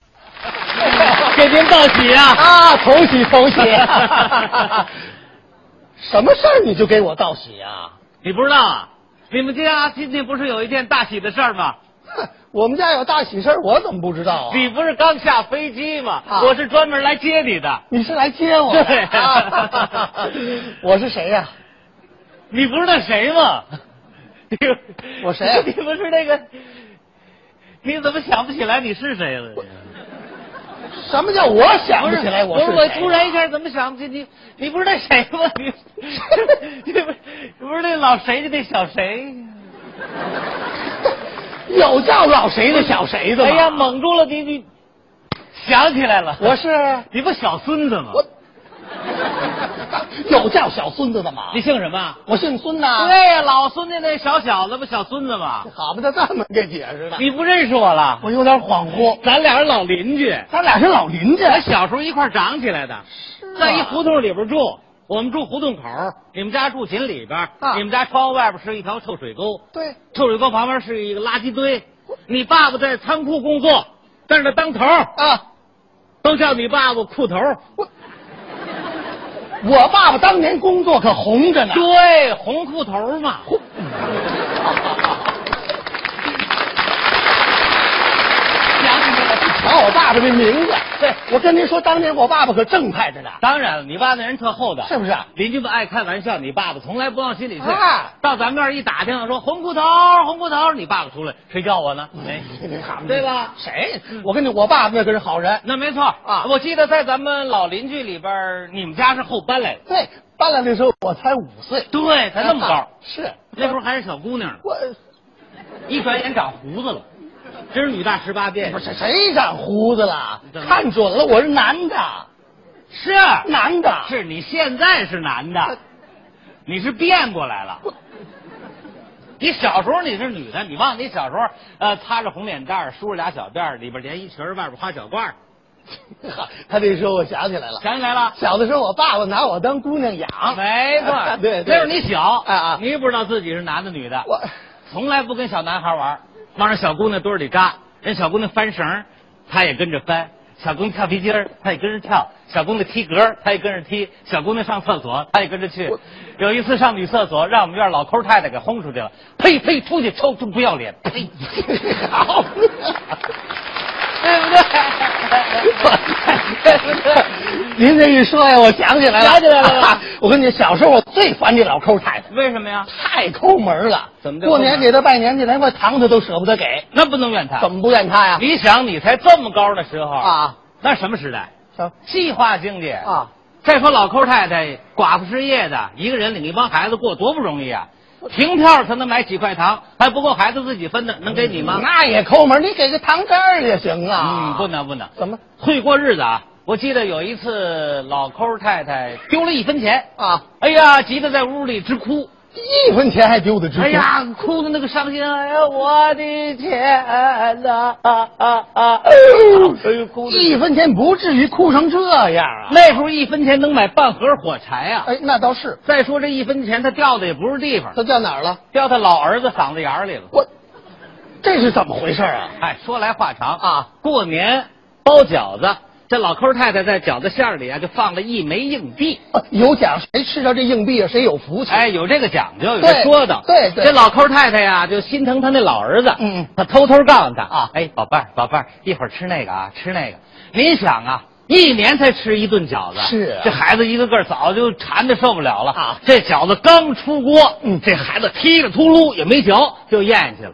给您报喜啊！啊，同喜 同喜！什么事儿你就给我道喜啊？ 你不知道啊？你们家今天不是有一件大喜的事儿吗？哼我们家有大喜事儿，我怎么不知道啊？你不是刚下飞机吗？啊我是专门来接你的。你是来接我的？对啊 我是谁呀、你不是那谁吗？ 你我谁啊你不是那个？你怎么想不起来你是谁了？什么叫我想不起来我不是，我谁啊突然一下怎么想不起你？你不是那谁吗？ 你你不是你不是那老谁的那小谁？有叫老谁的小谁的吗？哎呀，蒙住了你你，想起来了，我是你不小孙子吗？我，有叫小孙子的吗？你姓什么？啊我姓孙呐。对呀，老孙家那小小子不小孙子吗？好吧，他这么给解释的，你不认识我了？我有点恍惚。咱俩是老邻居，咱俩是老邻居，咱小时候一块儿长起来的，在一胡同里边住。我们住胡同口，你们家住井里边，啊你们家窗户外边是一条臭水沟，对，臭水沟旁边是一个垃圾堆。你爸爸在仓库工作，但是他当头，啊，都叫你爸爸裤头。我爸爸当年工作可红着呢。对，红裤头嘛。 想起来了，瞧我爸爸这名字，对我跟您说，当年我爸爸可正派着呢，当然了，你爸那人特厚道，是不啊是？邻居们爱开玩笑，你爸爸从来不往心里去。啊到咱们这儿一打听，说红裤头，红裤头，你爸爸出来，谁叫我呢？ 没、哎哎对吧？嗯谁？我跟你，我爸爸那可是好人。那没错啊我记得在咱们老邻居里边儿，你们家是后搬来的，对，搬来的时候我才五岁，啊对，哎才那么高，是那时候还是小姑娘呢，我一转眼长胡子了，真是女大十八变哎不。是谁长胡子了怎？么看准了，我是男的，是男的。 是你现在是男的，你是变过来了。你小时候你是女的，你忘了你小时候呃擦着红脸蛋儿梳着俩小辫儿，里边连衣裙儿，外边花小褂儿，他这时候我想起来了，想起来了？小的时候我爸爸拿我当姑娘养，没错，啊 对对，那时候你小啊啊你也不知道自己是男的女的，我 从来不跟小男孩玩，往那小姑娘堆儿里扎，人小姑娘翻绳儿，他也跟着翻。小姑娘跳皮筋儿，他也跟着跳；小姑娘踢格儿，他也跟着踢；小姑娘上厕所，他也跟着去。有一次上女厕所，让我们院老抠太太给轰出去了。呸呸，出去臭猪不要脸！ 呸，好。对不对？对不对？ 您这一说呀，我想起来了，想起来了吧 我跟你小时候我最烦这老抠太太，为什么呀？太抠门了。怎么叫抠过门年给他拜年去，连块糖他都舍不得给，那不能怨他。怎么不怨他呀？啊你想，你才这么高的时候，啊，那什么时代？行计划经济啊啊，再说老抠太太寡妇失业的，一个人领一帮孩子过多不容易啊！凭票才能买几块糖，还不够孩子自己分的，能给你吗？那也抠门，你给个糖袋儿也行啊。嗯，不，能不能，怎么会过日子啊！我记得有一次老抠太太丢了一分钱，啊？哎呀，急得在屋里直哭，一分钱还丢的直哎，呀，哭的那个伤心，哎呀，我的钱呐、啊啊啊！哎呦，哭的。一分钱不至于哭成这样啊。那时候一分钱能买半盒火柴啊！哎，那倒是，再说这一分钱，他掉的也不是地方，他掉哪儿了？掉他老儿子嗓子眼儿里了。我，这是怎么回事啊？哎，说来话长啊，过年包饺子，这老抠太太在饺子馅儿里啊就放了一枚硬币。啊有奖谁吃着这硬币啊，谁有福气。 哎，有这个讲究，有对这说道。对对这老抠太太呀，就心疼他那老儿子，嗯嗯他偷偷告诉他啊哎，宝贝儿，宝贝儿，一会儿吃那个啊，吃那个。您想啊，一年才吃一顿饺子，是啊这孩子一个个早就馋的受不了了啊这饺子刚出锅，嗯这孩子踢了秃噜也没嚼，就咽下去了，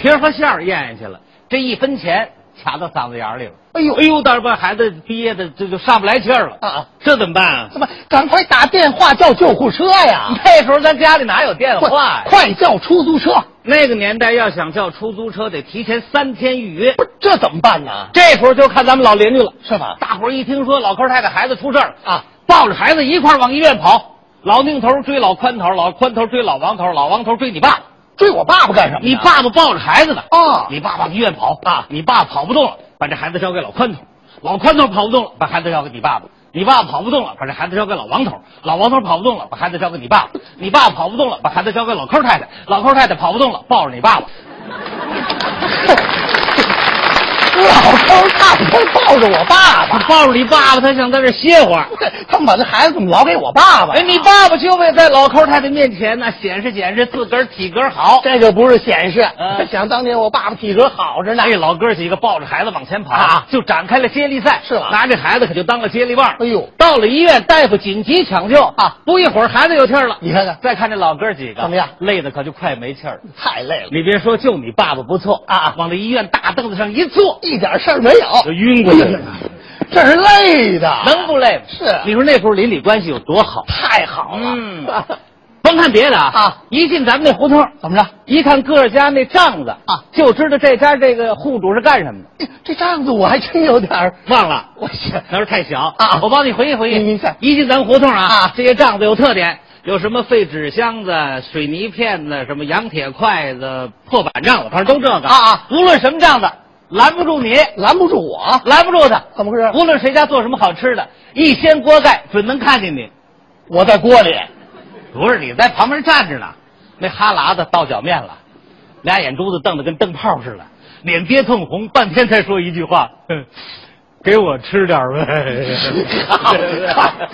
皮儿和馅儿咽下去了，这一分钱卡到嗓子眼儿里了。哎呦哎呦，当时把孩子憋的这就上不来气儿了啊啊！这怎么办啊？怎么？赶快打电话叫救护车呀！那时候咱家里哪有电快话呀？快叫出租车！那个年代要想叫出租车，得提前三天预约不。是，这怎么办呢？这时候就看咱们老邻居了，是吧？大伙儿一听说老抠太太孩子出事儿了啊，抱着孩子一块儿往医院跑，老宁头追老宽头，老宽头追老王头，老王头追你爸。追我爸爸干什么呀？你爸爸抱着孩子呢，啊你爸爸往医院跑啊，你爸跑不动了，把这孩子交给老宽头，老宽头跑不动了，把孩子交给你爸爸。你爸爸跑不动了，把这孩子交给老王头，老王头跑不动了，把孩子交给你爸爸，你爸爸跑不动了，把孩子交给老抠太太，老抠太太跑不动了，抱着你爸爸，老头大头抱抱着我爸他爸，抱着你爸爸，他想在这歇会儿。 他们把这孩子怎么老给我爸爸呀？哎，你爸爸就为在老抠太太面前呢，显示显示自个儿体格好。这就不是显示嗯。想当年我爸爸体格好着呢那，哎老哥几个抱着孩子往前跑，啊就展开了接力赛。是吗拿这孩子可就当了接力棒。哎呦到了医院，大夫紧急抢救啊！不一会儿，孩子有气儿了。你看看再看这老哥几个，怎么样累的可就快没气儿了。太累了，你别说，就你爸爸不错啊往这医院大凳子上一坐，一点事儿没有，就晕过去哎了呀。这是累的，能不累吗？是啊你说那时候邻里关系有多好？太好了。嗯甭看别的啊，啊一进咱们那胡同， 怎么着？一看各家那帐子啊就知道这家这个户主是干什么的。这这帐子我还真有点儿，忘了，我想那时候太小啊我帮你回忆回忆。您您看一进咱胡同啊，啊这些帐子有特点，有什么废纸箱子、水泥片子、什么洋铁筷子、破板帐子，反正都这个啊啊无论什么帐子，拦不住你，拦不住我，拦不住他。怎么回事？无论谁家做什么好吃的，一掀锅盖准能看见你。我在锅里，不是你在旁边站着呢，那哈喇子到脚面了，俩眼珠子瞪得跟瞪炮似的，脸憋通红，半天才说一句话：“哼给我吃点儿 呗。”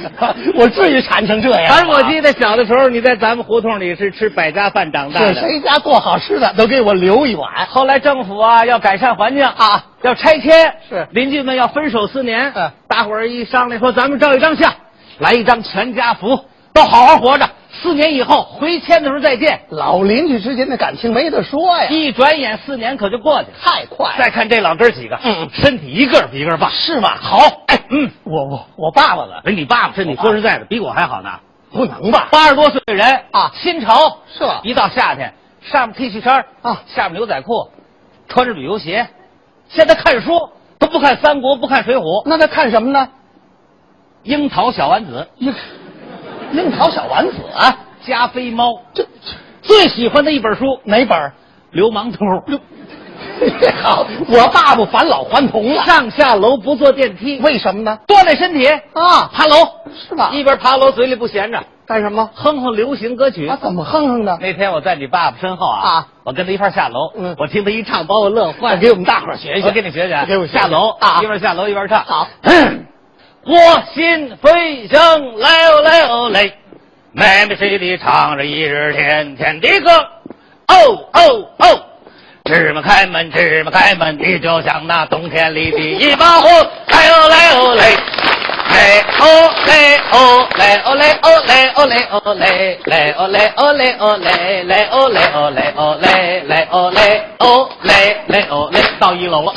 我至于馋成这样吗？反正我记得小的时候，你在咱们胡同里是吃百家饭长大是的。哎谁家做好吃的都给我留一碗。后来政府啊要改善环境啊，要拆迁，是邻居们要分手四年，嗯大伙儿一商量说，咱们照一张相，来一张全家福，都好好活着，四年以后回迁的时候再见。老邻居之间的感情没得说哎呀，一转眼四年可就过去了。太快了再看这老哥几个，嗯身体一个比一个棒。是吗？好，哎，嗯，我我我爸爸呢？哎，你爸爸身体说实在的比我还好呢，不能吧？八十多岁的人啊新潮是吧一到夏天，上面 T 恤衫啊下面牛仔裤，穿着旅游鞋。现在看书都不看《三国》，不看《水浒》，《那他看什么呢？樱桃小丸子樱樱桃小丸子啊，》 《加菲猫》，这最喜欢的一本书《哪本儿？流氓头》。 好，我爸爸返老还童了，上下楼不坐电梯，为什么呢？锻炼身体，啊，爬楼。是吧？一边爬楼嘴里不闲着，干什么？哼哼流行歌曲。啊，怎么哼哼的？那天我在你爸爸身后啊，啊我跟他一块儿下楼，嗯我听他一唱，把我乐坏了。给我们大伙儿学一学我给你学学，给我学学下楼啊一边下楼一边唱。好， 我心飞翔，来哦来哦来，妹妹水里唱着一日天天的歌，哦哦哦，芝麻开门芝麻开门，你就像那冬天里的一把火，来哦来哦来。来哦来哦来哦来哦来哦来哦来来哦来哦来哦来来哦来哦来哦来来哦来哦来来哦来到一楼了，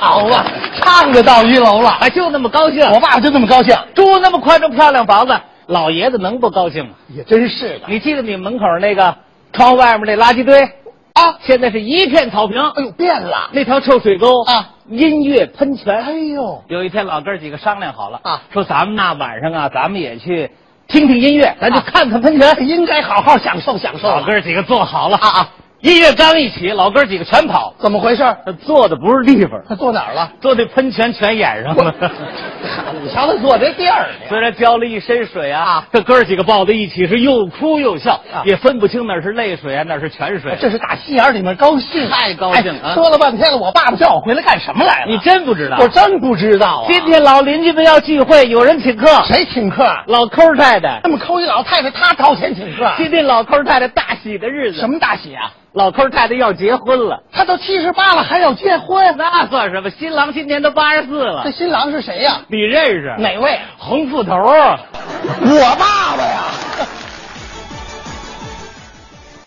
好啊，唱着到一楼了，哎，就那么高兴。我爸爸就这么高兴，住那么宽敞漂亮房子，老爷子能不高兴吗？也真是的。你记得你门口那个窗户外面那垃圾堆啊，现在是一片草坪，哎呦，变了，那条臭水沟啊，音乐喷哎泉。呦，有一天老哥几个商量好了啊说咱们那晚上啊，咱们也去听听音乐，咱就啊看看喷泉。应该好好享受享受老了。哥几个坐好了啊啊，音乐刚一起，老哥几个全跑，怎么回事？坐的不是地方，他坐哪儿了？坐那喷泉全演上了。你瞧他坐这地儿呢 虽然浇了一身水啊，这哥儿几个抱在一起是又哭又笑，啊也分不清哪是泪水啊，哪是泉水。这是打心眼儿里面高兴，太高兴哎啊说了半天了，我爸爸叫我回来干什么来了？你真不知道我。真不知道啊。今天老邻居们要聚会，有人请客，谁请客？老抠太太那。么抠一老太太，她掏钱请客，今天老抠太太大喜的日子，什么大喜啊？老抠太太要结婚了，她都七十八了，还要结婚？ 那算什么？新郎今年都八十四了这，新郎是谁呀、你认识？哪位？红裤头？我爸